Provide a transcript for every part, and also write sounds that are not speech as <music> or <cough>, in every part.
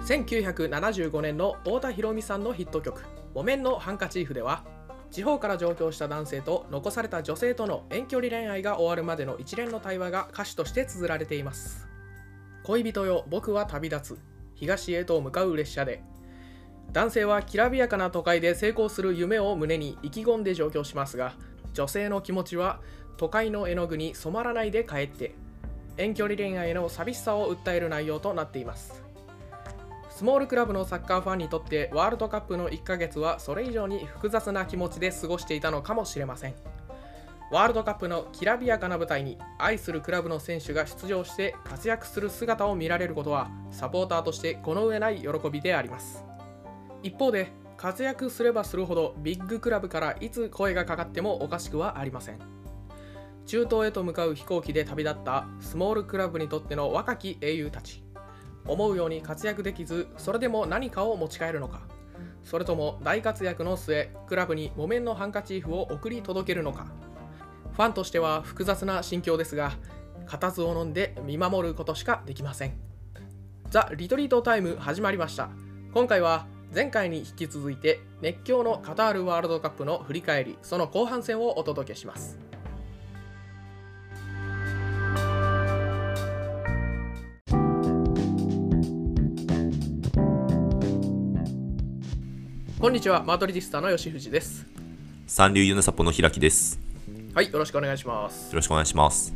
1975年の太田博美さんのヒット曲「木綿のハンカチーフ」では地方から上京した男性と残された女性との遠距離恋愛が終わるまでの一連の対話が歌詞として綴られています恋人よ僕は旅立つ東へと向かう列車で男性はきらびやかな都会で成功する夢を胸に意気込んで上京しますが女性の気持ちは都会の絵の具に染まらないで帰って遠距離恋愛の寂しさを訴える内容となっていますスモールクラブのサッカーファンにとってワールドカップの1ヶ月はそれ以上に複雑な気持ちで過ごしていたのかもしれませんワールドカップのきらびやかな舞台に愛するクラブの選手が出場して活躍する姿を見られることはサポーターとしてこの上ない喜びであります一方で活躍すればするほどビッグクラブからいつ声がかかってもおかしくはありません中東へと向かう飛行機で旅立ったスモールクラブにとっての若き英雄たち思うように活躍できずそれでも何かを持ち帰るのかそれとも大活躍の末クラブに木綿のハンカチーフを送り届けるのかファンとしては複雑な心境ですが固唾を飲んで見守ることしかできませんザ・リトリートタイム始まりました今回は前回に引き続いて熱狂のカタールワールドカップの振り返りその後半戦をお届けしますこんにちはマドリディスタの吉藤です三流ユナサポの開きです。はいよろしくお願いしますよろしくお願いします。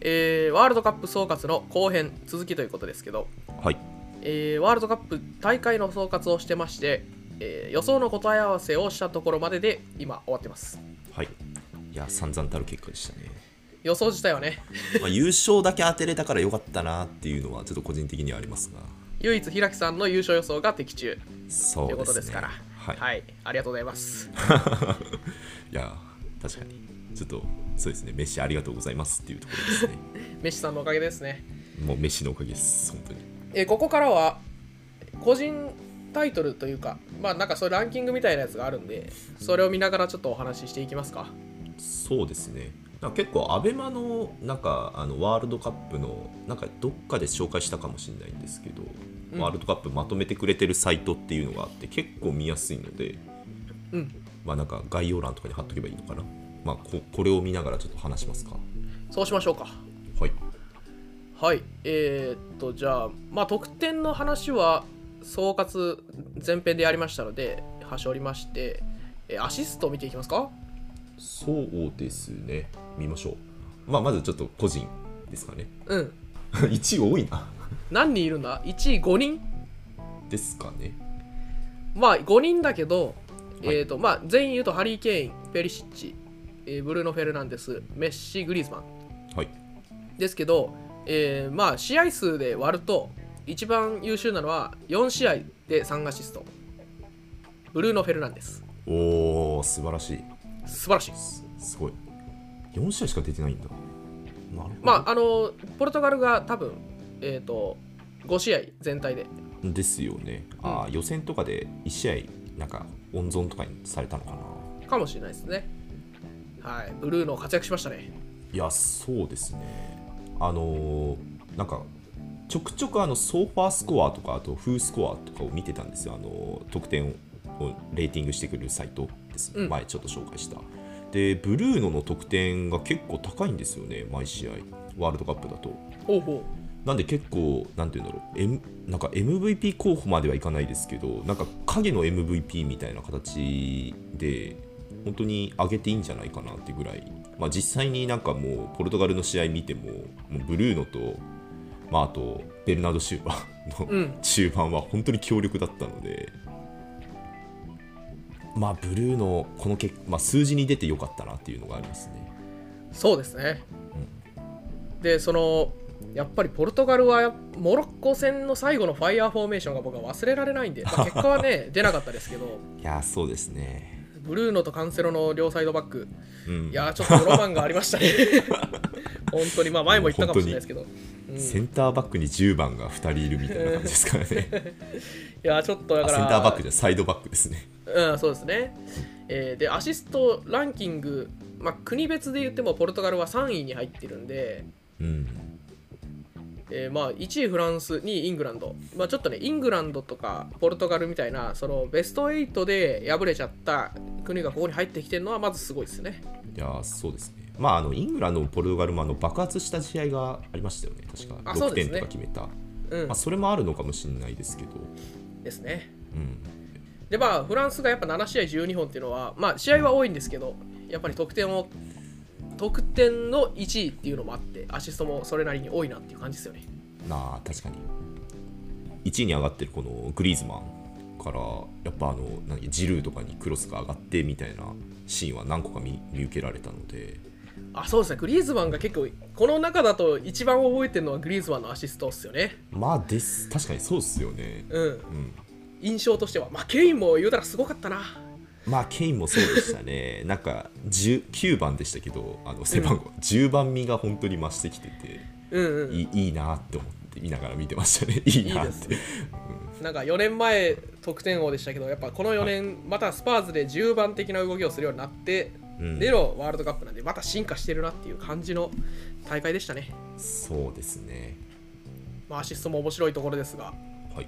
えーワールドカップ総括の後編続きということですけど、はい。えーワールドカップ大会の総括をしてまして、えー予想の答え合わせをしたところまでで今終わってますはい。いや、散々たる結果でしたね。予想自体はね <laughs> まあ、優勝だけ当てれたから良かったなっていうのは、ちょっと個人的にはありますが。唯一平木さんの優勝予想が的中そうといですね。うことですからはい。い、ありがとうございますや、確かに。ちょっと、そうですね。飯ありがとうございますっていうところ <laughs> ですね。飯さんのおかげですね、もう飯のおかげです、本当に。えーここからは個人タイトルというかまあなんかそういうランキングみたいなやつがあるんでそれを見ながらちょっとお話ししていきますかそうですね。なんか結構、アベマの、なんか、あのワールドカップの、なんか、どっかで紹介したかもしれないんですけど、うんワールドカップまとめてくれてるサイトっていうのがあって、結構見やすいので、うんまあ、なんか概要欄とかに貼っとけばいいのかな。まあ、ここれを見ながらちょっと話しますか。そうしましょうかはい。はいえーっとじゃあまあ得点の話は総括前編でやりましたので端折りまして、えーアシスト見ていきますかそうですね。見ましょう。まあ、まずちょっと個人ですかね。 <laughs> うん1位多いな。何人いるんだ ?1 位5人ですかね。まあ5人だけど、はいえーとまあ、全員言うとハリー・ケイン、ペリシッチ、えーブルーノ・フェルナンデス、メッシ、グリーズマンはい。ですけど、えーまあ、試合数で割ると一番優秀なのは4試合で3アシストブルーノ・フェルナンデスおー、素晴らしい。素晴らしいすすごい。4試合しか出てないんだ。なるほど。まああのポルトガルが多分えっ、と5試合全体でですよね。ああ、予選とかで1試合、なんか温存とかにされたのかな。かもしれないですねはいブルーノ活躍しましたねいや、そうですね。あのーなんか、ちょくちょくあのソーファースコアとか、あとフースコアとかを見てたんですよ。あのー得点をレーティングしてくるサイトですね。うん前ちょっと紹介した。で、ブルーノの得点が結構高いんですよね、毎試合、ワールドカップだと。ほうほなんで結構、なんていうんだろう、M、なんか MVP 候補まではいかないですけど、なんか影の MVP みたいな形で、本当に上げていいんじゃないかなってぐらい、まあ、実際になんかもう、ポルトガルの試合見ても、もうブルーノと、まあ、あと、ベルナード・シューバーうんの中盤は本当に強力だったので、まあ、ブルーノ、この結果、まあ、数字に出てよかったなっていうのがありますね。うそうですね、でそのやっぱりポルトガルはモロッコ戦の最後のファイヤーフォーメーションが僕は忘れられないんで、まあ結果は <laughs> ね出なかったですけどいやー、そうですね。ブルーノとカンセロの両サイドバックうんいやーちょっとロマンがありま <laughs> したね本当にまあ前も言ったかもしれないですけど、うん、センターバックに10番が2人いるみたいな感じです <laughs> からね。いやーちょっとだあかセらンターバックじゃないサイドバックですね。うん、そうですね。えーで、アシストランキング、まあ、国別で言ってもポルトガルは3位に入ってるんで、うん。えーまあ、1位フランス2位イングランド、まあ、ちょっとねイングランドとかポルトガルみたいなそのベスト8で敗れちゃった国がここに入ってきてるのはまずすごいですねいやーそうですね。まあ、あのイングランドもポルトガルもあの爆発した試合がありましたよね、確かあそう6です点ねとか決めた、うんまあ、それもあるのかもしれないですけど、ですねうん、でまあフランスがやっぱ7試合12本っていうのはまあ試合は多いんですけどやっぱり得点を得点の1位っていうのもあってアシストもそれなりに多いなっていう感じですよねなあ確かに1位に上がってるこのグリーズマンからやっぱあの何ジルーとかにクロスが上がってみたいなシーンは何個か見見受けられたのであそうですねグリーズマンが結構この中だと一番覚えてるのはグリーズマンのアシストっすよねまあです確かにそうっすよね、うんうん、印象としてはまあケインも言うたらすごかったなまあケインもそうでしたね <laughs> なんか10 9番でしたけどあの背番号、10番身が本当に増してきててうんうんいいいいなって思って見ながら見てましたね <laughs> いいなっいいですてなんか4年前得点王でしたけどやっぱこの4年またスパーズで10番的な動きをするようになって、うんでのワールドカップなんでまた進化してるなっていう感じの大会でしたね、そうですねまあ、アシストも面白いところですがはい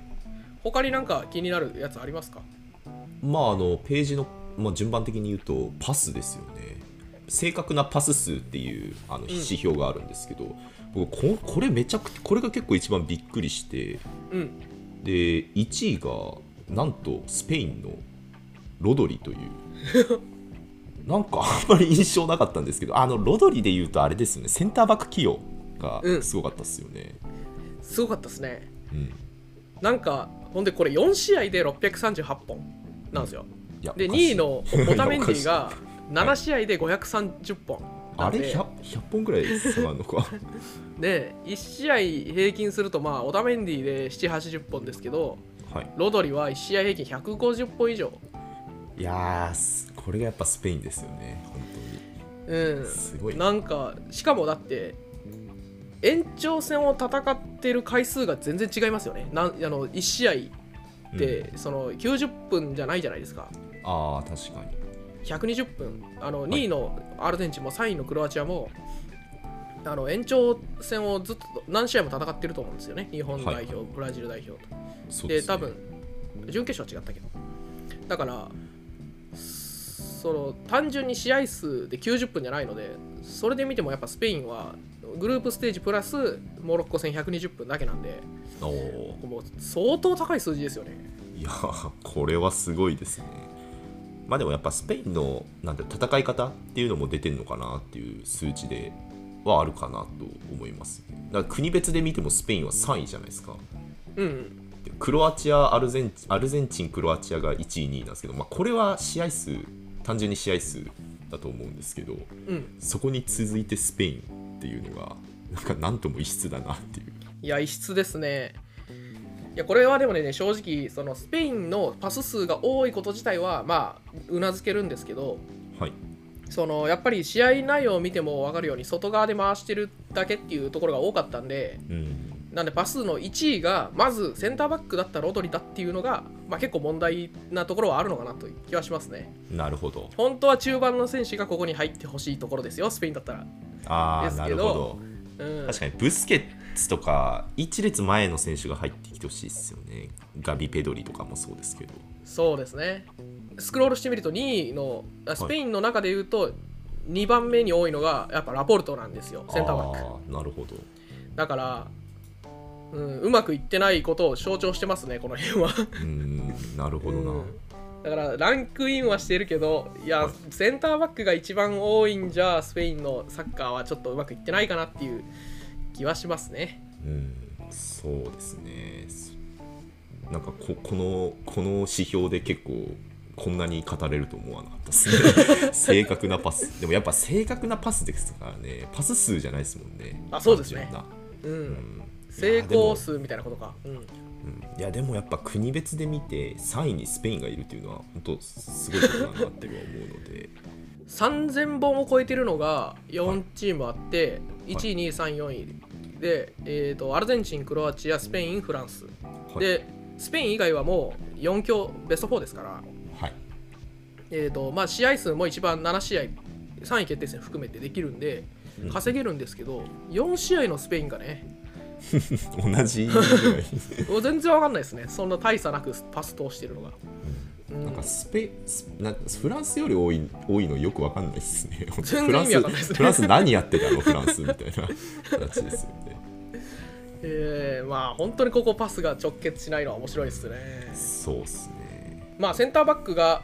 他になんか気になるやつありますかまああのページの、まあ、順番的に言うとパスですよね正確なパス数っていうあの指標があるんですけど、僕ここれめちゃくこれが結構一番びっくりしてうんで1位がなんとスペインのロドリという <laughs> なんかあんまり印象なかったんですけどあのロドリで言うとあれですよねセンターバック起用がうんすごかったですよね、すごかったですねうんなんかほんでこれ4試合で638本なんですよいやでおかしい2位のオタメンディが7試合で530本な <laughs> あんでれ 100, 100本ぐらい下がるのか <laughs> で1試合平均するとまあオタメンディで780本ですけどはいロドリは1試合平均150本以上、いやーすこれがやっぱスペインですよね、本うん当に。、すごい。なんかしかもだって延長戦を戦ってる回数が全然違いますよねなんあの1試合って、その90分じゃないじゃないですかああ、確かに。 120分あの2位のアルゼンチンも3位のクロアチアもあの延長戦をずっと何試合も戦ってると思うんですよね日本代表、はいブラジル代表と。そうでね多分準決勝は違ったけどだからその単純に試合数で90分じゃないのでそれで見てもやっぱスペインはグループステージプラスモロッコ戦120分だけなんでおお、もう相当高い数字ですよねいやー、これはすごいですね。まあでもやっぱスペインのなんて戦い方っていうのも出てるのかなっていう数値ではあるかなと思います。だから国別で見てもスペインは3位じゃないですか。うんうんでクロアチアアルゼンチン、アルゼンチン、クロアチアが1位、2位なんですけど、まあ、これは試合数、単純に試合数だと思うんですけど。うんそこに続いてスペインっていうのがなんかなんとも異質だなっていう。いや異質ですねいやこれはでもね正直そのスペインのパス数が多いこと自体はまあうなずけるんですけどはい。そのやっぱり試合内容を見ても分かるように外側で回してるだけっていうところが多かったんでうん。なんでパスの1位がまずセンターバックだったロドリだっていうのが、まあ、結構問題なところはあるのかなという気はしますねなるほど。本当は中盤の選手がここに入ってほしいところですよスペインだったらあであ、すなけどるほど。うん確かにブスケッツとか一列前の選手が入ってきてほしいですよね。ガビペドリとかもそうですけど。そうですねスクロールしてみると2位のあスペインの中で言うと2番目に多いのがやっぱラポルトなんですよセンターバックク。なるほど。だから、うん、うまくいってないことを象徴してますねこの辺はうん。なるほどな。うんだからランクインはしてるけどいや、はいセンターバックが一番多いんじゃスペインのサッカーはちょっとうまくいってないかなっていう気はしますねうん。そうですね。そなんかここのこの指標で結構こんなに語れると思わなかったです <laughs> ね正確なパスでもやっぱ正確なパスですからねパス数じゃないですもんねあそうですね単うん、純なうん成功数みたいなことかうんいやでも,うん、いやでもやっぱ国別で見て3位にスペインがいるっていうのは本当すごいことだなっては思う <laughs> ので3000本を超えてるのが4チームあって、い1位2位3位4位で、えー、とアルゼンチンクロアチアスペインフランス、はいでスペイン以外はもう4強ベスト4ですからはいえーとまあ、試合数も一番7試合3位決定戦含めてできるんでうん稼げるんですけど、4試合のスペインがね同じ <laughs> ぐらいお全然わかんないですねそんな大差なくパス通してるのが、うんなんかスペスなフランスより多い多いのよくわかんないですね。全然フラン意味スわかんないですねフランス何やってたのフランスみたいな形ですよね。えーまあ本当にここパスが直結しないのは面白いですねそうっすね。まあセンターバックが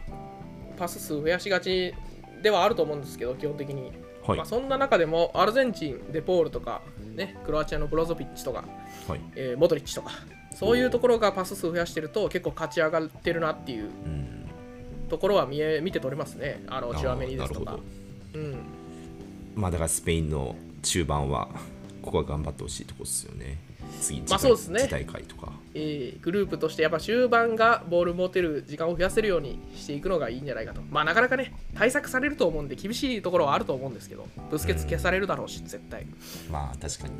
パス数増やしがちではあると思うんですけど基本的に、はいまあ、そんな中でもアルゼンチンデポールとか、ね、クロアチアのブロゾビッチとか、はい。えーモドリッチとかそういうところがパス数増やしてると結構勝ち上がってるなっていううん。ところは見え見て取れますねあのあーチュアメニですとかなるほどうんまあだからスペインの中盤はここは頑張ってほしいとこですよね。次次,、まあそうっすね次大会とか。えーグループとしてやっぱ終盤がボール持てる時間を増やせるようにしていくのがいいんじゃないかとまあなかなかね対策されると思うんで厳しいところはあると思うんですけどブスケツ消されるだろうし絶対まあ確かに。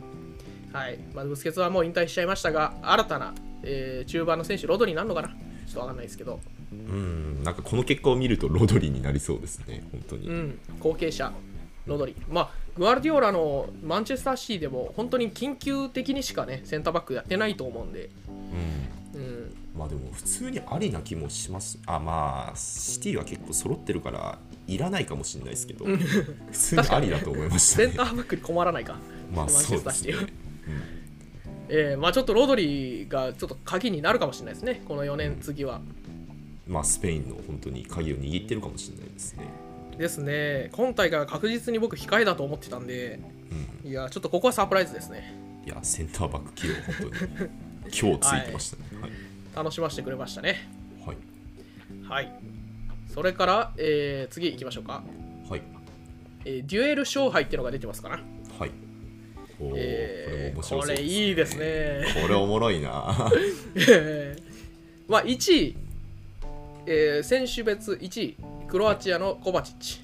はい、まあ、ブスケツはもう引退しちゃいましたが新たな、えー中盤の選手ロドリになるのかなちょっとわかんないですけどうん。なんかこの結果を見るとロドリーになりそうですね。本当に。うん後継者ロドリまあグアルディオラのマンチェスターシティでも本当に緊急的にしかねセンターバックやってないと思うんでうんうんまあでも普通にありな気もしますあまあシティは結構揃ってるからいらないかもしれないですけど普通にありだと思いましたセねンターバックに困らないかまマあンチそェうスでターすシテねィはえーまあちょっとロドリがちょっと鍵になるかもしれないですね、この4年次は。まあスペインの本当に鍵を握ってるかもしれないですねですね、今大会は確実に僕、控えだと思ってたんで、いや、ちょっとここはサプライズですね。いやセンターバック起用本当に今日ついてましたねはい、楽しませてくれましたね。はいはい。それから、えー次行きましょうか、はいえーデュエル勝敗っていうのが出てますかな。はいおーえーこれも面白そうこれいいですね。これおもろいな <laughs> えー <laughs> まあ、1位、えー選手別1位、クロアチアのコバチッチ。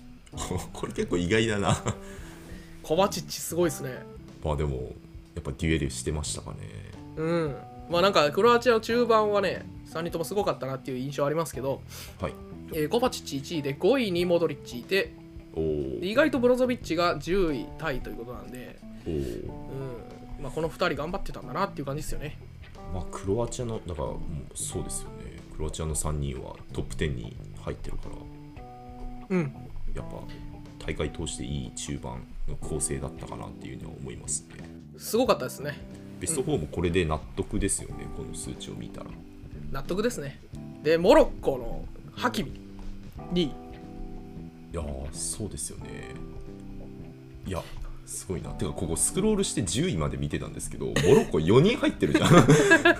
これ結構意外だなコバチッチ、すごいですね。まあでもやっぱデュエルしてましたかねうん、まあなんかクロアチアの中盤はね3人ともすごかったなっていう印象ありますけど、はいえーコバチッチ1位で5位にモドリッチいておでー意外とブロゾビッチが10位タイということなんで、おーうんまあ、この2人頑張ってたんだなっていう感じですよねまあ、クロアチアの、だから、もうそうですよね、クロアチアの3人はトップ10に入ってるから、うんやっぱ大会通していい中盤の構成だったかなっていうのは思いますね。すごかったですねベスト4もこれで納得ですよね、この数値を見たら。納得ですねでモロッコのハキミ2位いやー、そうですよね。いや、すごいな。てか、ここスクロールして10位まで見てたんですけど、モロッコ4人入ってるじゃん。い <laughs>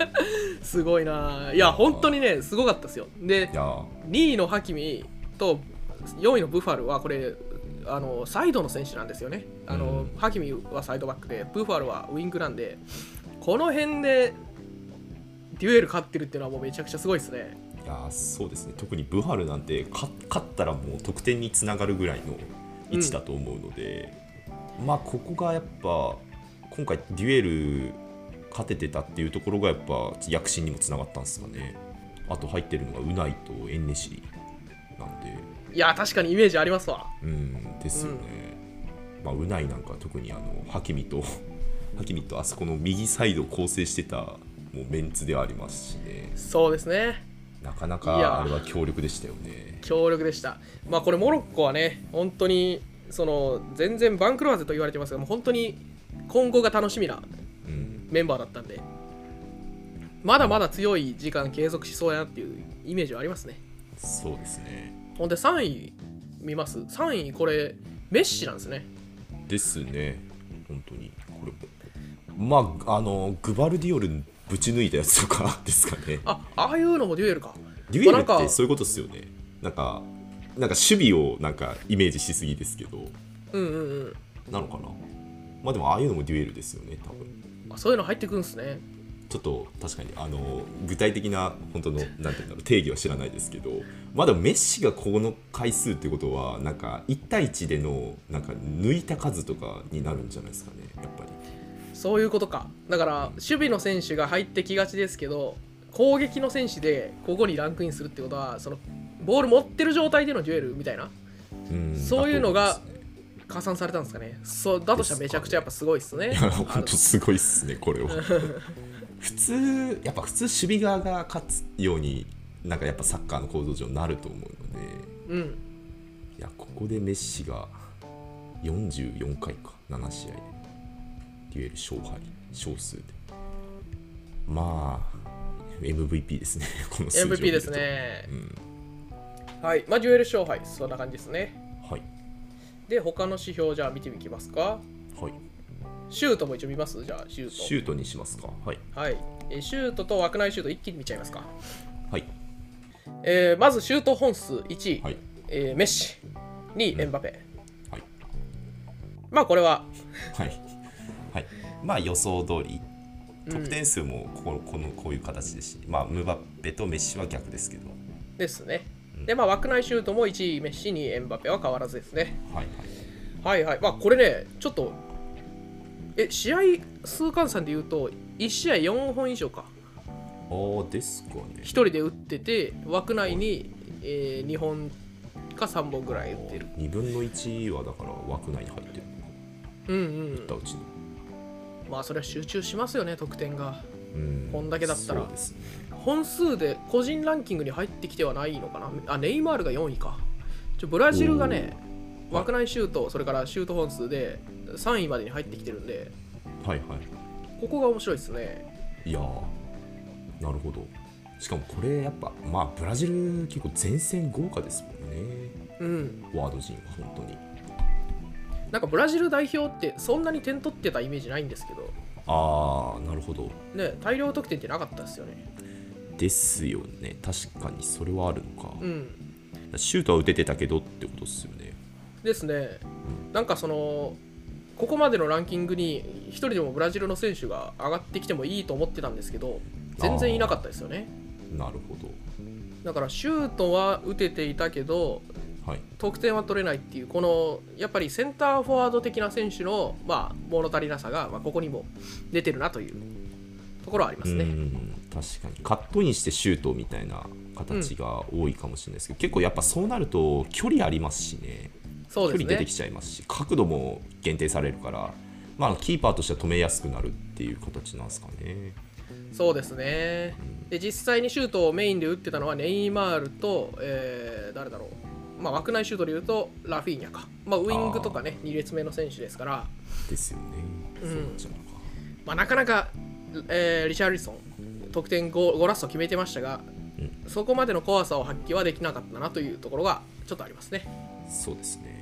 すごいないや本当にねすごかったですよでやー、 2位のハキミと4位のブファルはこれあのサイドの選手なんですよねあの、うんハキミはサイドバックでブファルはウイングなんでこの辺でデュエル勝ってるっていうのはもうめちゃくちゃすごいですねいやーそうですね特にブハルなんてか勝ったらもう得点につながるぐらいの位置だと思うので、まあここがやっぱ今回デュエル勝ててたっていうところがやっぱ躍進にもつながったんですかねあと入ってるのがウナイとエンネシリなんでいや確かにイメージありますわうんですよね、まあウナイなんか特にあのハキミと <laughs> ハキミとあそこの右サイドを構成してたもうメンツではありますしねそうですねなかないやかあれは強力でしたよね強力でしたまあこれモロッコはね本当にその全然バンクロワーズと言われてますがもう本当に今後が楽しみなうんメンバーだったんでまだまだ強い時間継続しそうやなっていうイメージはありますねそうですね。ほんで3位見ます ?3 位これメッシなんですね。ですね。本当に。これまあ、あの、グバルディオルぶち抜いたやつとかですかね。あああいうのもデュエルか。デュエルなんっかてそういうことですよね。なんか、なんか守備をなんかイメージしすぎですけど、うんうんうんなのかな。まあでも、ああいうのもデュエルですよね、多分。あ。そういうの入ってくるんですね。ちょっと確かにあの具体的な本当のなんて言うんだろう定義は知らないですけど、まあ、でもメッシがこの回数ってことはなんか1対1でのなんか抜いた数とかになるんじゃないですかねやっぱりそういうことか。だから守備の選手が入ってきがちですけど攻撃の選手でここにランクインするってことはそのボール持ってる状態でのデュエルみたいなうんそういうのがだと思いますね加算されたんですかねそうだとしたらめちゃくちゃやっぱすごいっすねいや本当すごいっすね <laughs> これは普通やっぱ普通守備側が勝つようになんかやっぱサッカーの構造上なると思うのでうんいやここでメッシが44回か7試合デュエル勝敗勝数でまあ MVP ですねこの数字を見ると MVP ですね、はいまあデュエル勝敗そんな感じですねはいで他の指標じゃあ見ていきますかはいシュートも一応見ますじゃあシュートシュートにしますかはいはいえーシュートと枠内シュート一気に見ちゃいますか、はいえーまずシュート本数1位、はいえーメッシ2位エンバペ、はいまあこれははい、はい、まあ予想通り得点数もここのこういう形ですし、まあ、ムバッペとメッシは逆ですけど、ですねでまあ枠内シュートも1位メッシ2位エンバペは変わらずですねはいはい、はいはいまあこれねちょっとえ試合数換算で言うと1試合4本以上かああですかね1人で打ってて枠内に、え2本か3本ぐらい打ってる2分の1はだから枠内に入ってるうん打ったうちのうんまあそれは集中しますよね得点がうんこんだけだったらそうですね本数で個人ランキングに入ってきてはないのかなあネイマールが4位かちょブラジルがねおー枠内シュートそれからシュート本数で3位までに入ってきてるんではいはいここが面白いですねいやーなるほどしかもこれやっぱまあブラジル結構前線豪華ですもんねうんワード陣は本当になんかブラジル代表ってそんなに点取ってたイメージないんですけどああなるほどね大量得点ってなかったですよねですよね確かにそれはあるのか、うんシュートは打ててたけどってことですよねですねなんかそのここまでのランキングに1人でもブラジルの選手が上がってきてもいいと思ってたんですけど全然いなかったですよねなるほどだからシュートは打てていたけどはい得点は取れないっていうこのやっぱりセンターフォワード的な選手の、まあ、物足りなさが、まあ、ここにも出てるなというところはありますうね。ん確かにカットインしてシュートみたいな形が多いかもしれないですけど、結構やっぱそうなると距離ありますしねそうで距す離出てねきちゃいますし角度も限定されるから、まあ、キーパーとしては止めやすくなるっていう形なんですかねそうですねで実際にシュートをメインで打ってたのはネイマールと、えー誰だろう、まあ、枠内シュートでいうとラフィーニャか、まあ、ウイングとかね2列目の選手ですから、ですよね、うんそうなっちゃうのかまあ、なかなか、えーリシャルリソン得点 5, ラスト決めてましたが、うそこまでの怖さを発揮はできなかったなというところがちょっとありますね。そうですね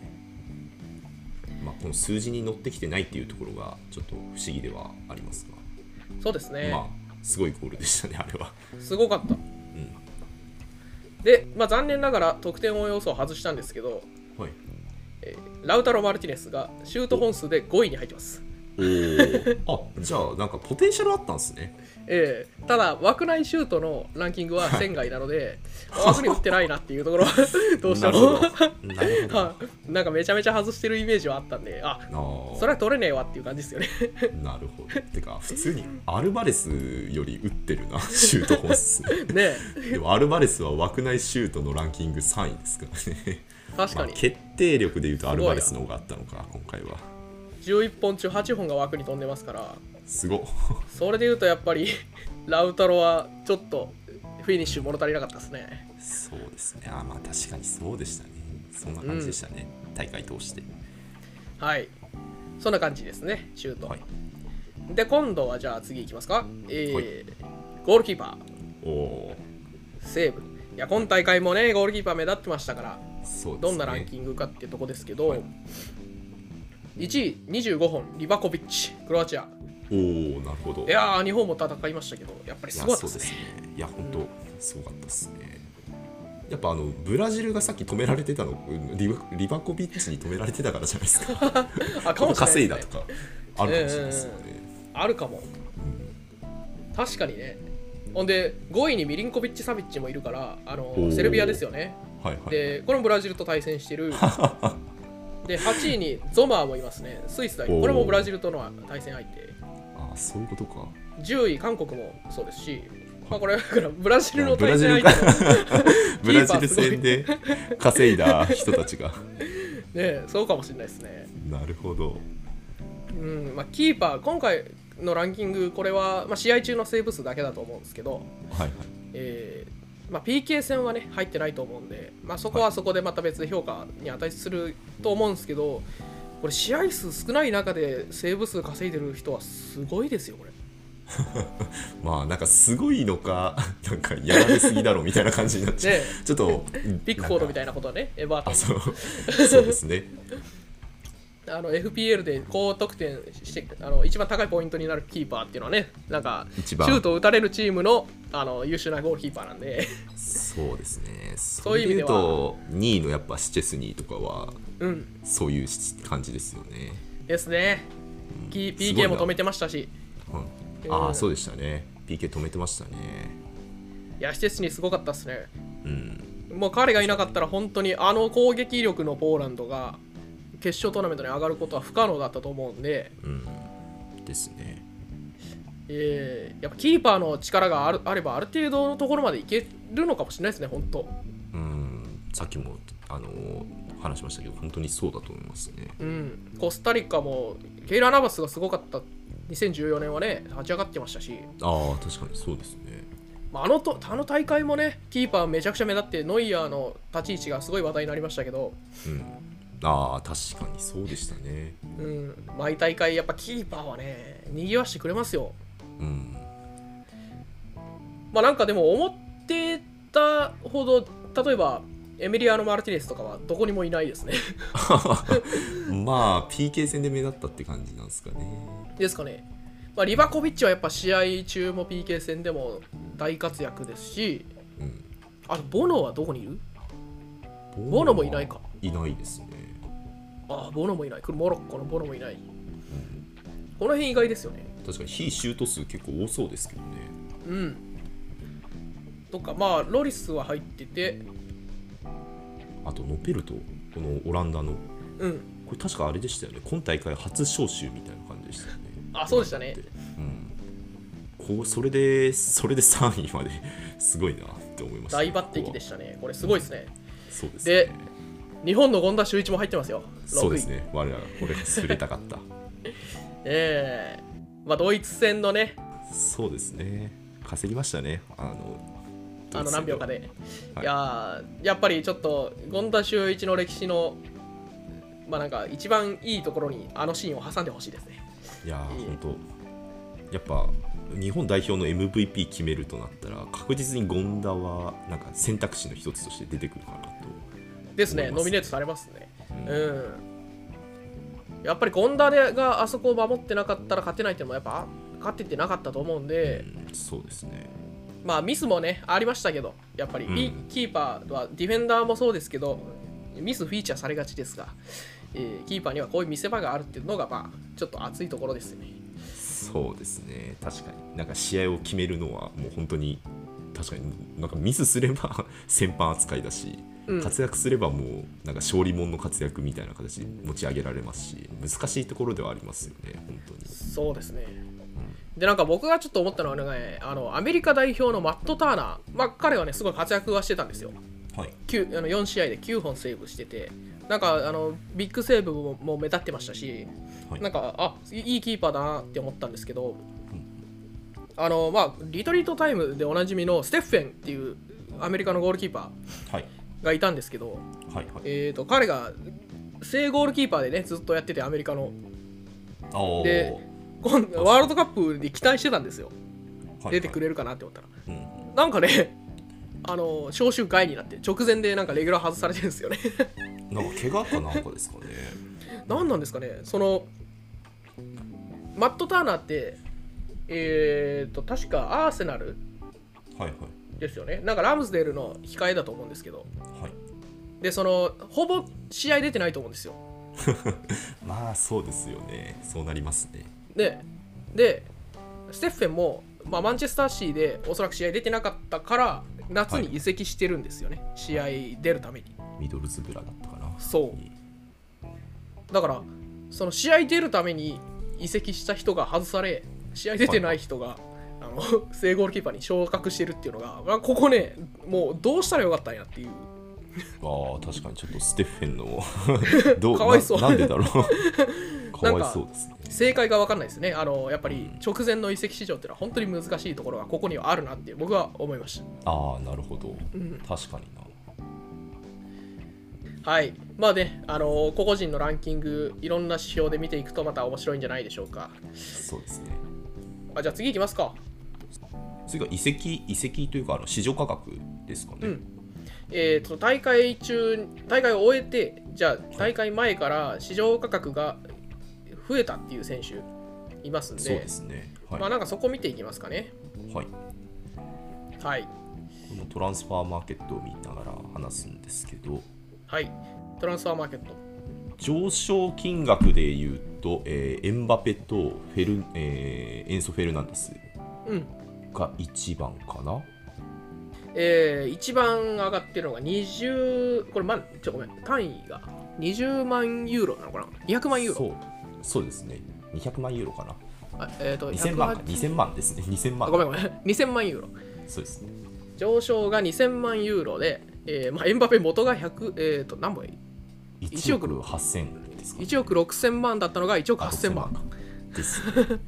まあこの数字に乗ってきてないっていうところがちょっと不思議ではありますが、そうですね、まあすごいゴールでしたねあれはすごかった。うんで、まあ、残念ながら得点応用素を外したんですけど、はいえーラウタロ・マルティネスがシュート本数で5位に入ってます。おおあじゃあなんかポテンシャルあったんですねえーただ、枠内シュートのランキング <laughs> は圏外なので、枠に打ってないなっていうところはどうしてなるもほどなるほどあ <laughs> はいなんかめちゃめちゃ外してるイメージはあったんで、ああそれは取れねえわっていう感じですよね。なるほどてか普通にアルバレスより打ってるな <laughs> シュート本数ねでもアルバレスは枠内シュートのランキング3位ですからねえ確まかあに、決定力でいうとアルバレスの方があったのか今回は11本中8本が枠に飛んでますから、すごっそれでいうとやっぱり <laughs> ラウタロはちょっとフィニッシュ物足りなかったですね。そうですねあまあ確かにそうでしたねそんな感じでしたね、大会通してはい。そんな感じですね、シュート。はいで、今度はじゃあ次いきますか。はえーゴールキーパおおー、セーブ。いや、今大会もね、ゴールキーパー目立ってましたから、ーそうですねどんなランキングかってとこですけど、はい1位25本、リバコビッチ、クロアチア。おおなるほどいやー、日本も戦いましたけど、やっぱりいすやごかったそでうすでね。すね。いや、本当、すごかったですね。やっぱあのブラジルがさっき止められてたのリバリバコビッチに止められてたからじゃないですか <laughs> あ、かもしれないです稼ね、いだとかあるかもしれないですよね、あるかも。確かにね。ほんで、5位にミリンコビッチ・サビッチもいるから、あのーセルビアですよね。はいはいで、これもブラジルと対戦して <laughs> る。で、8位にゾマーもいますね。スイス代表。おーこれもブラジルとの対戦相手。あそういうこと <laughs> か10位、韓国もそうですし、まあ、これだからブラジルのブ対ラジ戦ル相か手のブラジル戦で稼いだ人たちがねそうかもしれないですねなるほどうんまあキーパー今回のランキングこれは、まあ、試合中のセーブ数だけだと思うんですけど、はいはいえーまあ、PK 戦はね入ってないと思うんで、まあ、そこはそこでまた別で評価に値すると思うんですけどこれ試合数少ない中でセーブ数稼いでる人はすごいですよこれまあなんかすごいのかなんかやられすぎだろみたいな感じになっちゃう、ねちょっとビッグフォードみたいいなことはねエバートあンそうそうですねあの FPL で高得点してあの一番高いポイントになるキーパーっていうのはねなんかシ一ュ番ートを打たれるチームのあの優秀なゴールキーパーなんでそうですねそうういいうう意味意味でではと2位のやっぱシチェスニーとかはうんそういうし感じですよね、ですねキすごい PK なも止めてましたしうん、ああそうでしたね PK 止めてましたねいや施設にすごかったですねうんもう彼がいなかったら本当にあの攻撃力のポーランドが決勝トーナメントに上がることは不可能だったと思うんで、うんですねえーやっぱキーパーの力があるあればある程度のところまでいけるのかもしれないですね本当うんさっきもあのー話しましたけど本当にそうだと思いますねうんコスタリカもケイラー・ナバスがすごかった2014年はね立ち上がってましたし、ああ確かにそうですねまあ、あのとあの大会もねキーパーめちゃくちゃ目立ってノイヤーの立ち位置がすごい話題になりましたけど、うんああ確かにそうでしたねうん、毎大会やっぱキーパーはね賑わしてくれますようんまあなんかでも思ってたほど例えばエミリアーノ・マルティネスとかはどこにもいないですね <laughs> まあ PK 戦で目立ったって感じなんですかねですかね、まあ、リバコビッチはやっぱ試合中も PK 戦でも大活躍ですしうんあとボノはどこにいるボノもいないかいないですねああボノもいないこれモロッコのボノもいないこの辺意外ですよね確かに非シュート数結構多そうですけどねうんとかまあロリスは入っててあとノペルトこのオランダのうんこれ確かあれでしたよね今大会初招集みたいな感じでしたよねあそうでしたねうんこうそれでそれで3位まですごいなって思いました、大抜擢でしたねこれすごいですねそうですねで日本の権田修一も入ってますよ6位そうですね我ら俺がすれたかったええまあドイツ戦のねそうですね稼ぎましたねあのあの何秒かで、はいい、やーやっぱりちょっと権田修一の歴史のまあなんか一番いいところにあのシーンを挟んでほしいですねいやー本当やっぱ日本代表の MVP 決めるとなったら確実に権田はなんか選択肢の一つとして出てくるかなとですね思いますノミネートされますねうん、やっぱり権田があそこを守ってなかったら勝てないっていうのもやっぱ勝ってってなかったと思うんで、うんそうですねまあミスもねありましたけどやっぱり、うんピキーパーはディフェンダーもそうですけどミスフィーチャーされがちですが、えーキーパーにはこういう見せ場があるっていうのがまあちょっと熱いところですよねそうですね確かになんか試合を決めるのはもう本当に確かになんかミスすれば <laughs> 先般扱いだし、うん活躍すればもうなんか勝利門の活躍みたいな形で持ち上げられますし難しいところではありますよね本当にそうですね。で、なんか僕がちょっと思ったのはね、あのアメリカ代表のマット・ターナー、まあ、彼はね、すごい活躍はしてたんですよ。はい9あの4試合で9本セーブしてて、なんかあのビッグセーブももう目立ってましたし、はいなんか、あいいいキーパーだなって思ったんですけど、あの、まあ、リトリートタイムでおなじみのステッフェンっていうアメリカのゴールキーパはいーがいたんですけど、はいはいえー、と彼が正ゴールキーパーでね、ずっとやってて、アメリカの。あーで今度ワールドカップに期待してたんですよ。出てく、れるかなって思ったら、はいはいなんかね、 <laughs> あの招集外になって、直前でなんかレギュラー外されてるんですよね。 <laughs> うん、なんか怪我かなんかですかね何なんですかね、そのマット・ターナーって、えー、と確かアーセナル <laughs> はいはいですよね、なんかラムズデールの控えだと思うんですけど、はいでそのほぼ試合出てないと思うんですよ。まあそうですよねそうなりますねで、でステッフェンも、まあ、マンチェスターシーでおそらく試合出てなかったから、夏に移籍してるんですよね、試合出るために。ミドルズブラだったかなそうだからその試合出るために移籍した人が外され試合出てない人が、あ <laughs> の正ゴールキーパーに昇格してるっていうのが、まあ、ここねもうどうしたらよかったんやっていうああ確かにちょっとステッフェン <laughs> のどかわいそうななんでだろう <laughs> かわいそうですね正解が分かんないですねあのやっぱり直前の移籍市場っていうのは本当に難しいところがここにはあるなって僕は思いましああなるほどた、うん、確かになはいまあねあの個々人のランキングいろんな指標で見ていくとまた面白いんじゃないでしょうかそうですねあじゃあ次いきますか次が遺跡遺跡というかあの市場価格ですかね、うんえー、と大会中大会を終えてじゃあ大会前から市場価格が増えたっていう選手いますんでそうですねはい、まあなんかそこ見ていきますかねはい、こはいのトランスファーマーケットを見ながら話すんですけどはいトランスファーマーケット上昇金額でいうと、えーエンバペとフェル、えーエンソ・フェルナンデスうんが1番かなえー、一番上がってるのが20これ、ま、ちょごめん単位が20万ユーロなのかな200万ユーそロうそうですね200万ユーロかなあえー、と2000万か108 2000万ですね2000あ万ごめんごめん2000万 <laughs> ユーロそうですね上昇が2000万ユーロで、えーまあ、エンバペ元が100えっ、と何倍1 1億億8000ですか1億6000万だったのが1億あ8000万か <laughs> ですね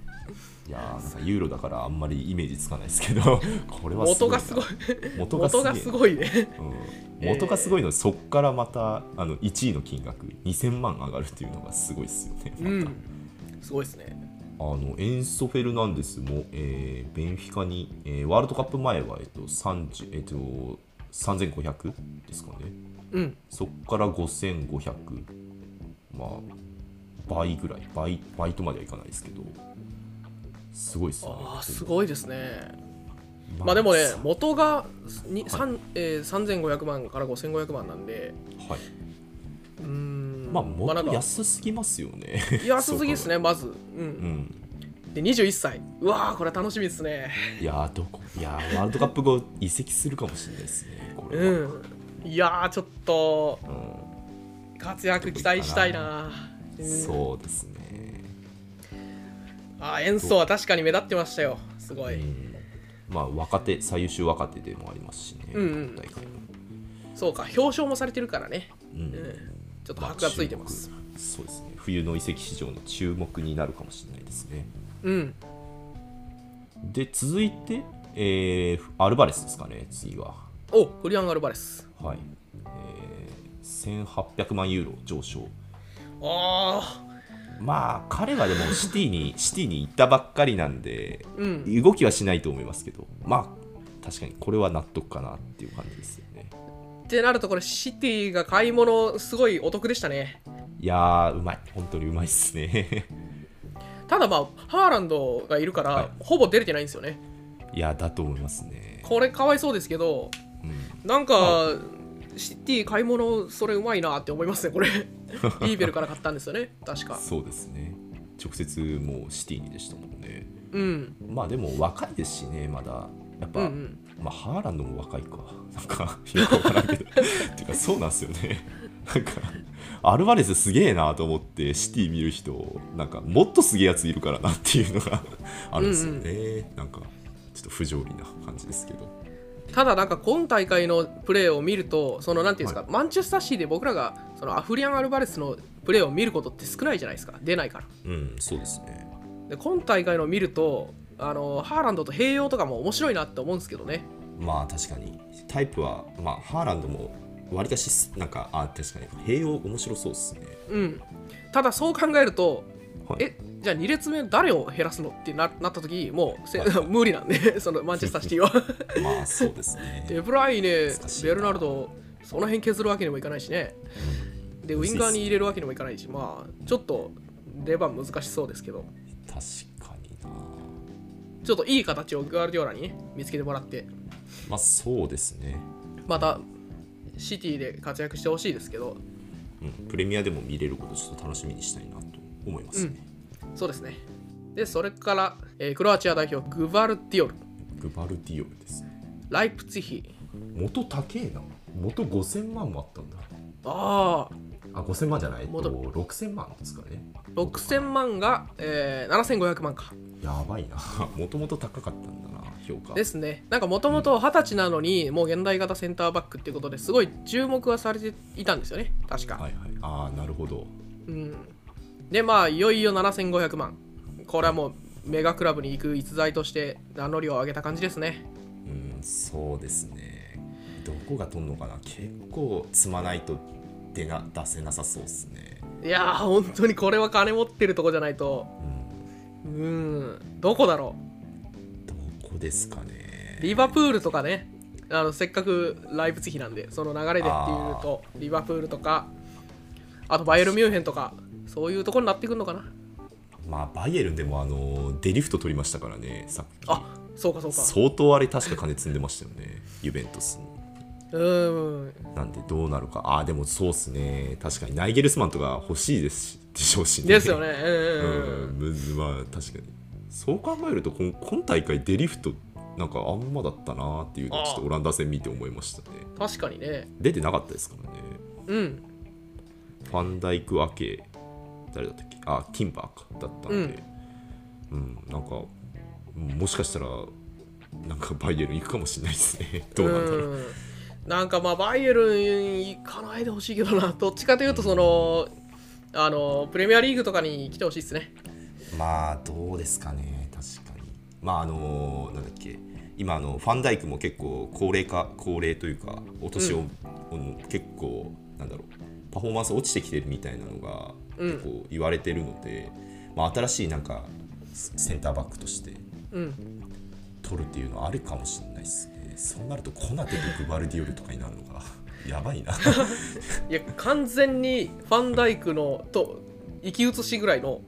いやーなんかユーロだからあんまりイメージつかないです <laughs> けどこれは元がすごい元がす元ごいがすごいねうん元がすごいのでそこからまたあの1位の金額2000万上がるっていうのがすごいですよね、うんすごいですねあのエンソ・フェルナンデスも、えーベンフィカに、えーワールドカップ前は、えっと30えっと、3500ですかねうんそこから5500まあ倍ぐらい倍倍とまではいかないですけどすごいですよねああすいごいですねまあでもね元がにさんえー3500万から5500万なんではいうーんまあ元なんか安すぎますよね <laughs> 安すぎですねまず、う、うんんで21歳うわーこれ楽しみですねいやーどこいやーワールドカップ後移籍するかもしれないですねこれは、う、んいやーちょっとうん活躍期待したいなうんそうですね、あー演奏は確かに目立ってましたよすごうい、ん、まあ若手最優秀若手でもありますしね、うんうん大会もそうか表彰もされてるからねうんちょっと箔がついてます、まあ注目そうですね冬の移籍市場の注目になるかもしれないですねうんで続いて、えーアルバレスですかね次はおフリアン・アルバレスはい、えー1800万ユーロ上昇ああまあ彼はでも <laughs> シティにシティに行ったばっかりなんでうん動きはしないと思いますけどまあ確かにこれは納得かなっていう感じですよねってなるとこれシティが買い物すごいお得でしたねいやーうまい本当にうまいっすね <laughs> ただまあハーランドがいるから、はいほぼ出れてないんですよねいやだと思いますね、これかわいそうですけどうん、なんかシティ買い物それうまいなって思います <laughs> ねこれリーベルから買ったんですよね確かそうですね直接もうシティにでしたもんねうんまあでも若いですしねまだやっぱ、うんうんまあ、ハーランドも若いかなんかよくわから <laughs> んけどっていうかそうなんですよねなんかアルバレスすげえなと思ってシティ見る人なんかもっとすげえやついるからなっていうのが <laughs> あるんですよね、なんかちょっと不条理な感じですけどただなんか今大会のプレーを見るとそのなんていうんですか、マンチェスターシーで僕らがそのアフリアン・アルバレスのプレーを見ることって少ないじゃないですか出ないからうんそうですねで今大会の見るとあのハーランドと併用とかも面白いなって思うんですけどねまあ確かにタイプはまあハーランドもわりかしすなんかあ確かに併用面白そうですねうんただそう考えるとはいえじゃあ2列目誰を減らすのってななった時もうせはいはい <laughs> 無理なんでそのマンチェスターシティはまあそうです <laughs> ねデブライネ難しいなベルナルドその辺削るわけにもいかないしねでウむずィいっすンガーに入れるわけにもいかないしまあちょっと出番難しそうですけど確かになちょっといい形をガルディオラにね見つけてもらってまあそうですねまたシティで活躍してほしいですけどうん、プレミアでも見れることちょっと楽しみにしたいなと思いますね。そうですねでそれから、えークロアチア代表グバルディオルグバルディオルですね。ライプツィヒ元高えな。元5000万もあったんだ。あああ、5000万じゃないえっと元6000万ですかね。 6000万が、えー7500万かやばいな <laughs> もともと高かったんだな評価ですねなんかもともと二十歳なのにもう現代型センターバックっていうことですごい注目はされていたんですよね確か、はいはいああなるほどうんでまあいよいよ7500万これはもうメガクラブに行く逸材として名乗りを上げた感じですねうんそうですねどこが取んのかな結構積まないと出な出せなさそうですねいやー本当にこれは金持ってるとこじゃないとうんうんどこだろどこですかうねリバプールとかねあのせっかくライブツィヒなんでその流れでっていうとリバプールとかあとバイエルミュンヘンとかそういうとこになってくるのかなまあバイエルンでもあのデリフト取りましたからねさっきあそうかそうか相当あれ確か金積んでましたよねユベントスにうーんなんでどうなるかああでもそうっすね確かにナイゲルスマンとか欲しいですしでしょうしねですよねうんううんうんん、むずまあ確かにそう考えると今今大会デリフトなんかあんまだったなっていうのをちょっとオランダ戦見て思いましたね確かにね出てなかったですからねうんファンダイク・アケ誰だったっけあティンバーかだったんでうん、なんかもしかしたらなんかバイエルン行くかもしれないですね <laughs> どうなんだろううんなんかまあバイエルン行かないでほしいけどなどっちかというとそのあのプレミアリーグとかに来てほしいですねまあどうですかね確かにまああのなんだっけ今あのファンダイクも結構高齢化高齢というかお年を、うん結構なんだろうパフォーマンス落ちてきてるみたいなのがうん結構言われてるので、まあ、新しいなんかセセンターバックとしてうん取るっていうのはあるかもしれないですねそうなるとコナテとグバルディオルとかにな <laughs> るのがやばいないや完全にファンダイクのと生き写しぐらいの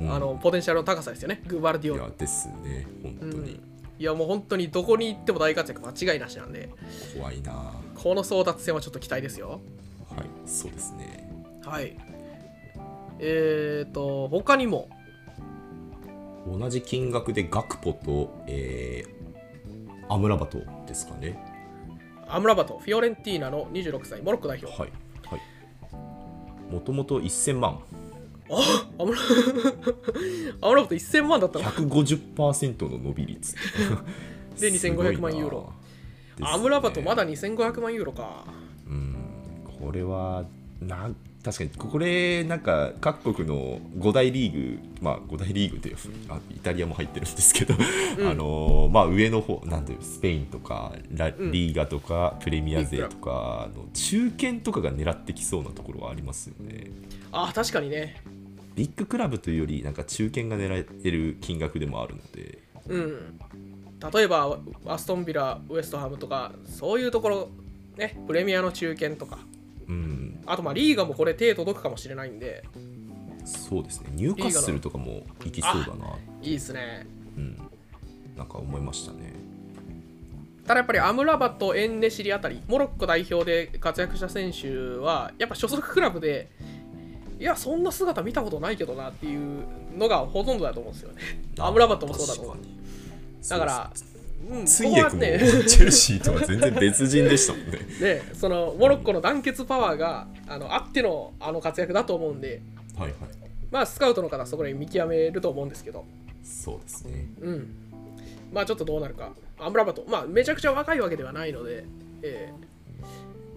あのポテンシャルの高さですよねグバルディいオルやですね本当にいやもう本当にどこに行っても大活躍間違いなしなんで怖いな、この争奪戦はちょっと期待ですよはいそうですねはいえーと他にも同じ金額でガクポと、えーアムラバトですかね。アムラバトフィオレンティーナの26歳モロッコ代表はい。はい。もともと1000万、あアムラ <laughs> アムラボト1000万だったの150%の伸び率。 <laughs> で2500万ユーロ <laughs> すごいな。アムラバトまだ。だ2500万ユーロかうん。これは、な確かに、これ、なんか、各国の5大リーグ、まあ、5大リーグで、あイタリアも入ってるんですけど、うんあのーまあ、上の方、なんていうスペインとか、ラんリーガとか、プレミア勢とかの中堅とかが狙ってきそうなところはありますよね。あ確かにねビッグクラブというより、なんか中堅が狙える金額でもあるので、うん例えばアストンビラウエストハムとかそういうところねプレミアの中堅とかうん、あとまあリーガもこれ手届くかもしれないんでそうですね、入荷するとかもいきそうだな、いいですねうん、なんか思いましたね。ただやっぱりアムラバトエンネシリあたりモロッコ代表で活躍した選手はやっぱ所属クラブでいやそんな姿見たことないけどなっていうのがほとんどだと思うんですよねアムラバトもそうだと思う確かにだからそうそう、うん、ツこイこエはクもチねェルシーとは全然別人でしたもんね。ね、そのモロッコの団結パワーがあのあってのあの活躍だと思うんで、はいはい、まあ、スカウトの方はそこで見極めると思うんですけど、そうですね。うん、まあちょっとどうなるか、アムラバト、まあ、めちゃくちゃ若いわけではないので、えー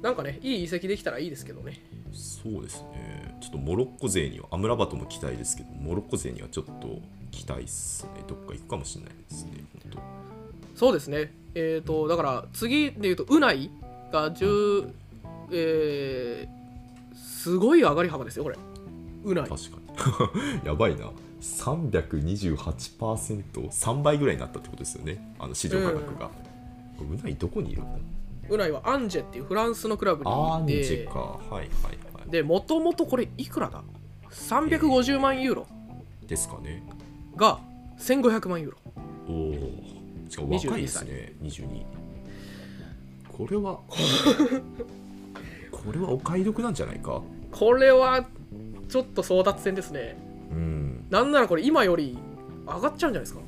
なんかね、いい移籍できたらいいですけどね、そうですね。ちょっとモロッコ勢には、アムラバトも期待ですけど、モロッコ勢にはちょっと期待ですね。どっか行くかもしれないですね。本そうですね、えー、とだから次で言うと、ウナイが10、えーすごい上がり幅ですよ、これ、ウナイ当。確かに。や <laughs> ばいな。328%、3倍ぐらいになったってことですよね。あの市場価格が。これうないどこにいるのウナイはアンジェっていうフランスのクラブにアいンジて。ェか。はいはいはい。でもともとこれいくらだ ?350 万ユーロですかね。が1500万ユーロおお。しかも若いですね。22。こ <laughs> れは。これはお買い得なんじゃないか。これはちょっと争奪戦ですねうん。なんならこれ今より上がっちゃうんじゃないですか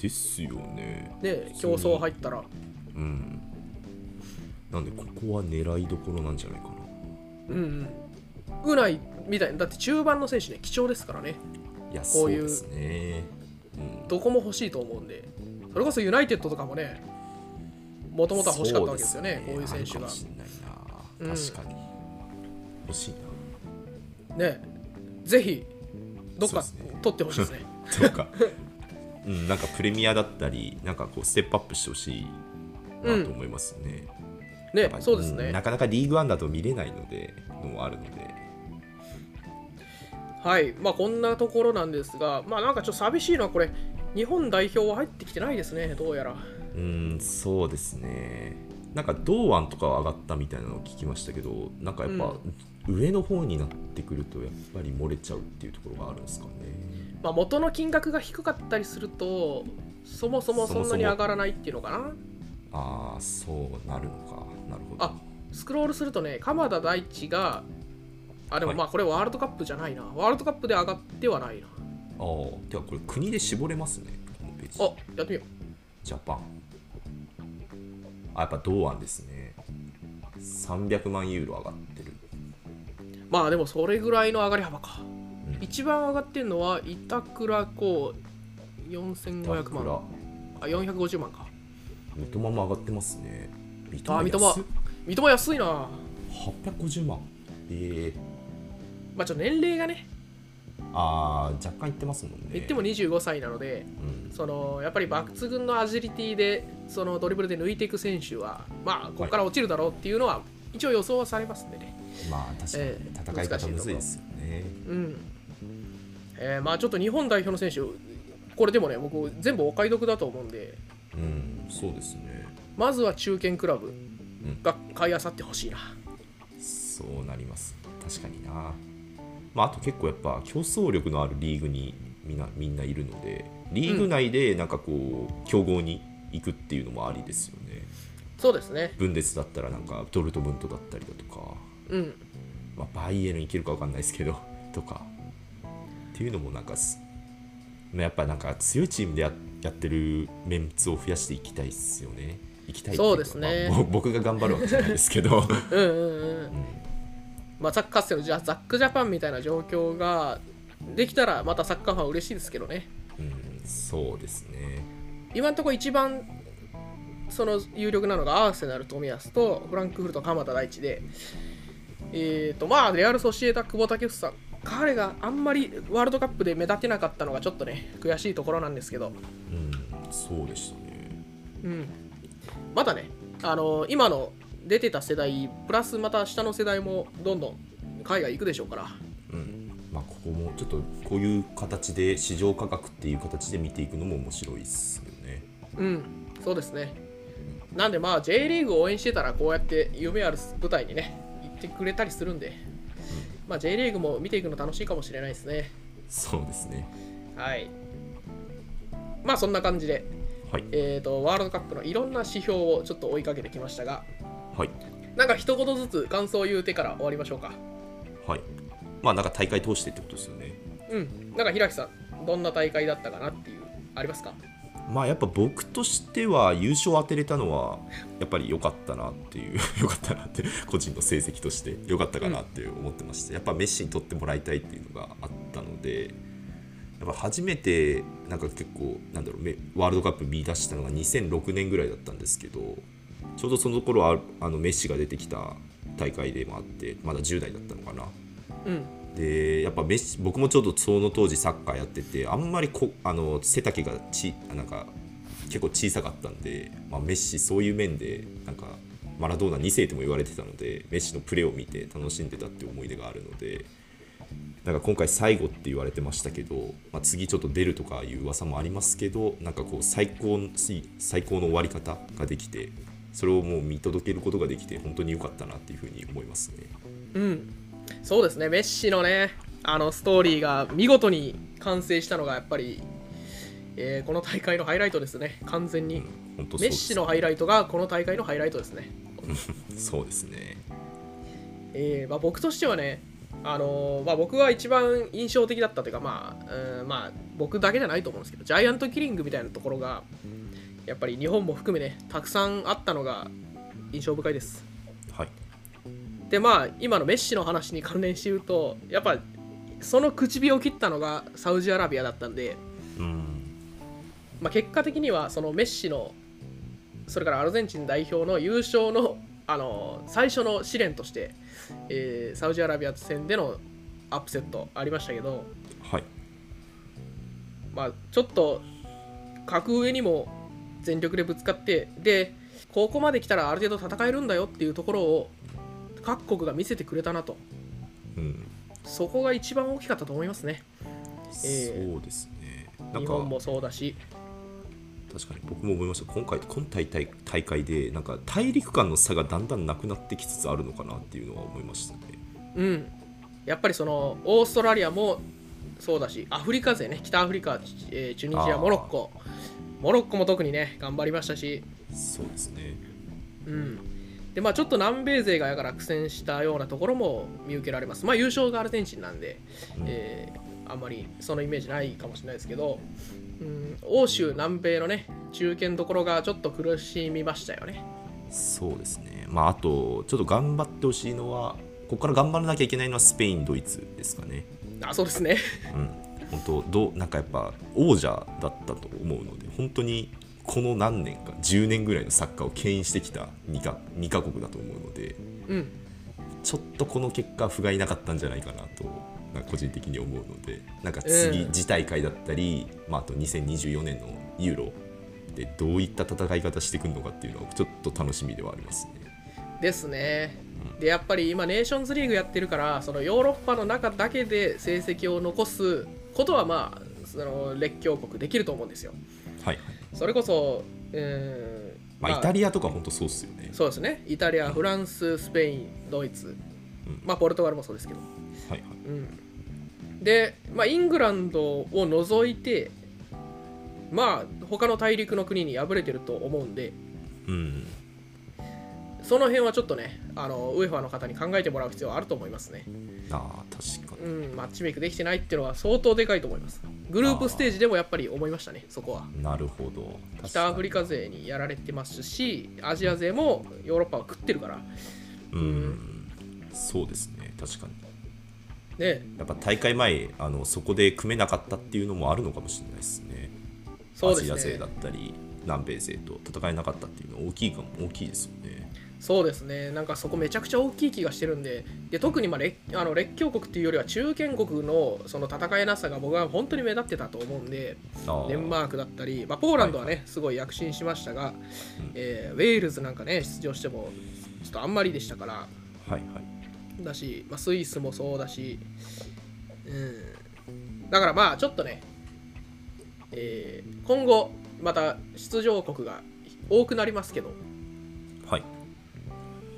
ですよね。ね競争入ったらうん。なんでここは狙いどころなんじゃないかな。うんうんうないみたいなだって中盤の選手ね貴重ですからねいやこそうういうですね。うん。どこも欲しいと思うんでそれこそユナイテッドとかもねもともとは欲しかったわけですよねこういう選手あるかがもしんないうんな。確かに。欲しいねぜひどっかそうですね取ってほしいですねな。なんか、 <laughs> うん、なんかプレミアだったり、なんかこうステップアップしてほしいなと思いますね。ねやっぱりそうですんねなかなかリーグワンだと見れないので、のもあるので。はいまあこんなところなんですがまあなんかちょっと寂しいのはこれ日本代表は入ってきてないですねどうやらうん、そうですね。なんか堂安とかは上がったみたいなのを聞きましたけど、なんかやっぱ、上の方になってくると、やっぱり漏れちゃうっていうところがあるんですかね。まあ、元の金額が低かったりするとそもそもそんなに上がらないっていうのかなああ、そうなるのか。なるほど。あスクロールするとね鎌田大地があでもはいまあこれワールドカップじゃないな、ワールドカップで上がってはないなああ、てかこれ国で絞れますね、このページあ。やってみよジャパン。あ、やっぱ同案ですね。300万ユーロ上がってる。うまあでもそれぐらいの上がり幅かうん一番上がってるのは板倉こう4500万あ450万か三笘も上がってますね。三あ三笘安笘三笘安いな850万。ええまあちょっと年齢がねああ、若干いってますもんね。言っても25歳なのでうん、そのやっぱり抜群のアジリティでそのドリブルで抜いていく選手はまあここから落ちるだろうっていうのは一応予想はされますんでねまあ確かええに戦い方むずいですよね。うんえーまあちょっと日本代表の選手これでもね僕全部お買い得だと思うんでうん、そうですね。まずは中堅クラブんが買い漁ってほしいなそうなります。確かにな。まあ、あと結構やっぱ競争力のあるリーグにみんなみんないるので、リーグ内でなんかこう、競合に行くっていうのもありですよね。そうですね分裂だったらなんかドルトムントだったりだとか、うんまあ、バイエルン行けるかわかんないですけど、 <laughs> とか。っていうのもなんかす、まあやっぱなんか強いチームでややってるメンツを増やしていきたいですよね。行きたいっていかそうですねまあぼ <laughs> 僕が頑張るわけじゃないですけど。うんうんうんまあサッカーのじゃザックジャパンみたいな状況ができたらまたサッカーファンは嬉しいですけどねうん、そうですね。今のところ一番その有力なのがアーセナル冨安とフランクフルト鎌田大地でえーとまあレアル・ソシエタ久保建英さん彼があんまりワールドカップで目立てなかったのがちょっとね悔しいところなんですけど、うん、そうでしたね。うん、またねあの今の出てた世代プラスまた下の世代もどんどん海外行くでしょうからうん、まあここもちょっとこういう形で市場価格っていう形で見ていくのも面白いですよね。うんそうですねなんでまあ J リーグを応援してたらこうやって夢ある舞台にね行ってくれたりするんで、まあ、J リーグも見ていくの楽しいかもしれないですねそうですね。はいまあそんな感じで、はいえー、とワールドカップのいろんな指標をちょっと追いかけてきましたがはいなんか一言ずつ感想を言うてから終わりましょうかはい。まあなんか大会通してってことですよね。うんなんか平木さんどんな大会だったかなっていうありますかまあやっぱ僕としては優勝を当てれたのはやっぱり良かったなっていう <laughs> 良かったなって個人の成績として良かったかなって思ってまして、やっぱメッシに取ってもらいたいっていうのがあったのでやっぱ初めてなんか結構なんだろうめワールドカップ見出したのが2006年ぐらいだったんですけどちょうどその頃はあのメッシが出てきた大会でもあってまだ10代だったのかな。うんでやっぱメッシ僕もちょっとその当時サッカーやっててあんまりこあの背丈がちなんか結構小さかったんで、まあ、メッシそういう面でなんかマラドーナ2世とも言われてたのでメッシのプレーを見て楽しんでたっていう思い出があるのでなんか今回最後って言われてましたけど、まあ、次ちょっと出るとかいう噂もありますけどなんかこう最高の最高の終わり方ができてそれをもう見届けることができて本当に良かったなっていうふうに思いますね。うん、そうですね、メッシのね、あのストーリーが見事に完成したのが、やっぱり、えーこの大会のハイライトですね、完全に。本当そうメでッすシのハイライトがこの大会のハイライトですね。そうですね。えーまあ、僕としてはね、あのーまあ、僕は一番印象的だったというか、まあうんまあ、僕だけじゃないと思うんですけど、ジャイアントキリングみたいなところが、やっぱり日本も含めね、たくさんあったのが印象深いです。はい。でまあ今のメッシの話に関連して言うとやっぱその口火を切ったのがサウジアラビアだったんでうん。まあ、結果的にはそのメッシのそれからアルゼンチン代表の優勝のあの最初の試練として、えーサウジアラビア戦でのアップセットありましたけど、はいまあ、ちょっと格上にも全力でぶつかってでここまで来たらある程度戦えるんだよっていうところを各国が見せてくれたなとうんそこが一番大きかったと思いますねーそうですねなん日か本もそうだし確かに僕も思いました今回今大会大会でなんか大陸間の差がだんだんなくなってきつつあるのかなっていうのは思いましたねうんやっぱりそのオーストラリアもそうだしアフリカ勢ね北アフリカ、えーチュニジあアーモロッコモロッコも特にね頑張りましたしそうですねうんでまあ、ちょっと南米勢がやから苦戦したようなところも見受けられます、まあ、優勝がアルゼンチンなんで、うんえーあんまりそのイメージないかもしれないですけど、うん、欧州、南米のね中堅どころがちょっと苦しみましたよね。そうですねまああとちょっと頑張ってほしいのはここから頑張らなきゃいけないのはスペインドイツですかねあそうですねうん本当どうなんかやっぱ王者だったと思うので本当にこの何年か10年ぐらいのサッカーを牽引してきた2か2カ国だと思うのでうんちょっとこの結果不甲斐なかったんじゃないかなとなんか個人的に思うのでなんか次うん次大会だったり、まあ、あと2024年のユーロでどういった戦い方してくるのかっていうのはちょっと楽しみではありますね。ですね。でやっぱり今ネーションズリーグやってるからそのヨーロッパの中だけで成績を残すことはまあその列強国できると思うんですよ。はいそれこそ、うんまあ、イタリアとか本当そうっすよね。そうですね、イタリア、フランス、スペイン、ドイツ、うんまあ、ポルトガルもそうですけど、はいはいうん、で、まあ、イングランドを除いて、まあ他の大陸の国に敗れてると思うんで、うんその辺はちょっとね、あのウェファの方に考えてもらう必要はあると思いますね、あー確かにうん、マッチメイクできてないっていうのは相当でかいと思います、グループステージでもやっぱり思いましたね、そこは。なるほど北アフリカ確勢にやられてますし、アジア勢もヨーロッパは食ってるから、かにうんそうですね確かにね、やっぱ大会前あのそこで組めなかったっていうのもあるのかもしれないですねそうですね。アジア勢だったり南米勢と戦えなかったっていうのは大きいかも大きいですよねそうですね、なんかそこめちゃくちゃ大きい気がしてるんで、で特にまあ列あの列強国っていうよりは中堅国のその戦えなさが僕は本当に目立ってたと思うんで、あーデンマークだったり、まあ、ポーランドはね、すごい躍進しましたがうん、えーウェールズなんかね、出場してもちょっとあんまりでしたから、はいはいだし、まあ、スイスもそうだし、うん、だからまあちょっとね、えー今後、また出場国が多くなりますけど、はい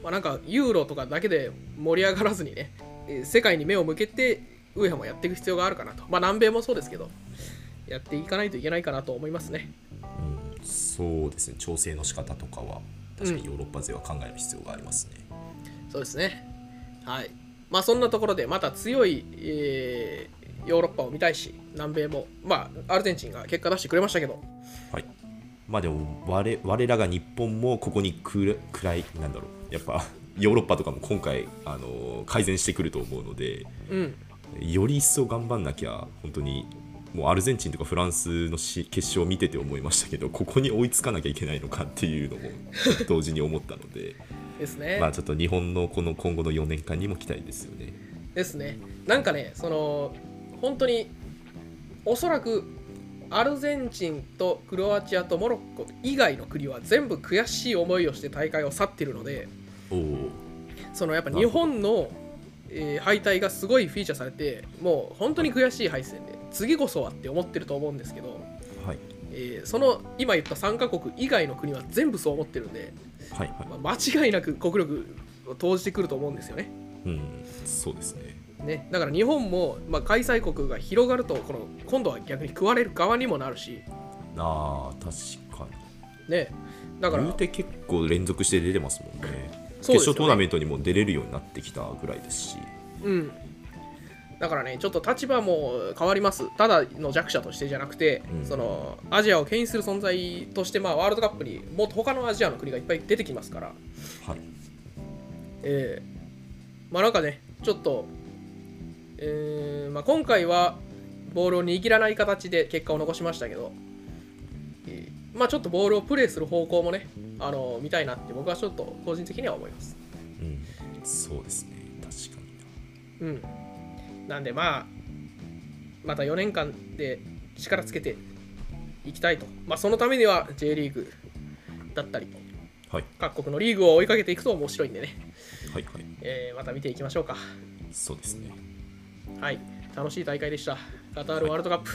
まあ、なんかユーロとかだけで盛り上がらずにね、えー世界に目を向けてウェハもやっていく必要があるかなと、まあ、南米もそうですけど、やっていかないといけないかなと思いますね。うんそうですね調整の仕方とかは確かにヨーロッパ勢は考える必要がありますね、そうですね。はい。まあそんなところで、また強い、えーヨーロッパを見たいし、南米も、まあアルゼンチンが結果出してくれましたけど、はい。まあでも我我らが日本もここにくる暗いなんだろうやっぱ <laughs> ヨーロッパとかも今回あの改善してくると思うのでうん、より一層頑張んなきゃ本当にもうアルゼンチンとかフランスのし決勝を見てて思いましたけどここに追いつかなきゃいけないのかっていうのも同時に思ったのでですね。まあちょっと日本のこの今後の4年間にも期待ですよね。ですね。なんかね、その、本当に、おそらく、アルゼンチンとクロアチアとモロッコ以外の国は全部悔しい思いをして大会を去ってるので、おおそのやっぱ日本の、えー敗退がすごいフィーチャーされて、もう本当に悔しい敗戦で、次こそはって思ってると思うんですけど、はいえーその今言った3カ国以外の国は全部そう思ってるんで、はいはい、まあ間違いなく国力を投じてくると思うんですよね。うんそうですねね、だから日本も、まあ、開催国が広がるとこの今度は逆に食われる側にもなるし、あー確かにね、だから言うて結構連続して出てますもんねそ決うですよね勝トーナメントにも出れるようになってきたぐらいですしうん、だからねちょっと立場も変わりますただの弱者としてじゃなくて、うんそのアジアを牽引する存在として、まあ、ワールドカップにもっと他のアジアの国がいっぱい出てきますから、はいえーまあなんかねちょっと、えーまあ、今回はボールを握らない形で結果を残しましたけどまあ、ちょっとボールをプレーする方向もね、あの見たいなって僕はちょっと個人的には思います。うん、そうですね確かになうん、なんで、まあ、また4年間で力つけていきたいと、まあ、そのためには J リーグだったり、はい各国のリーグを追いかけていくと面白いんでね、はいはいえーまた見ていきましょうか。そうですねはい、楽しい大会でした。カタールワールドカップ、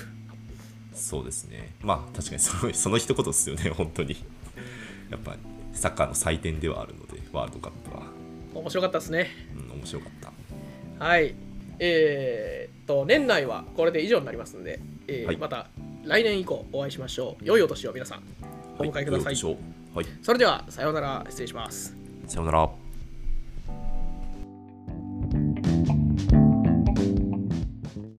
そうですねまあ確かに <laughs> そのその一言ですよね本当に <laughs> やっぱサッカーの祭典ではあるのでワールドカップは、面白かったですね。うん、面白かったはい。えーっと、年内はこれで以上になりますので、えーはいまた来年以降お会いしましょう。良いお年を皆さん、お迎えくださ。はいい、よろしくお願いしますはいそれでは、さようなら、失礼します。さようなら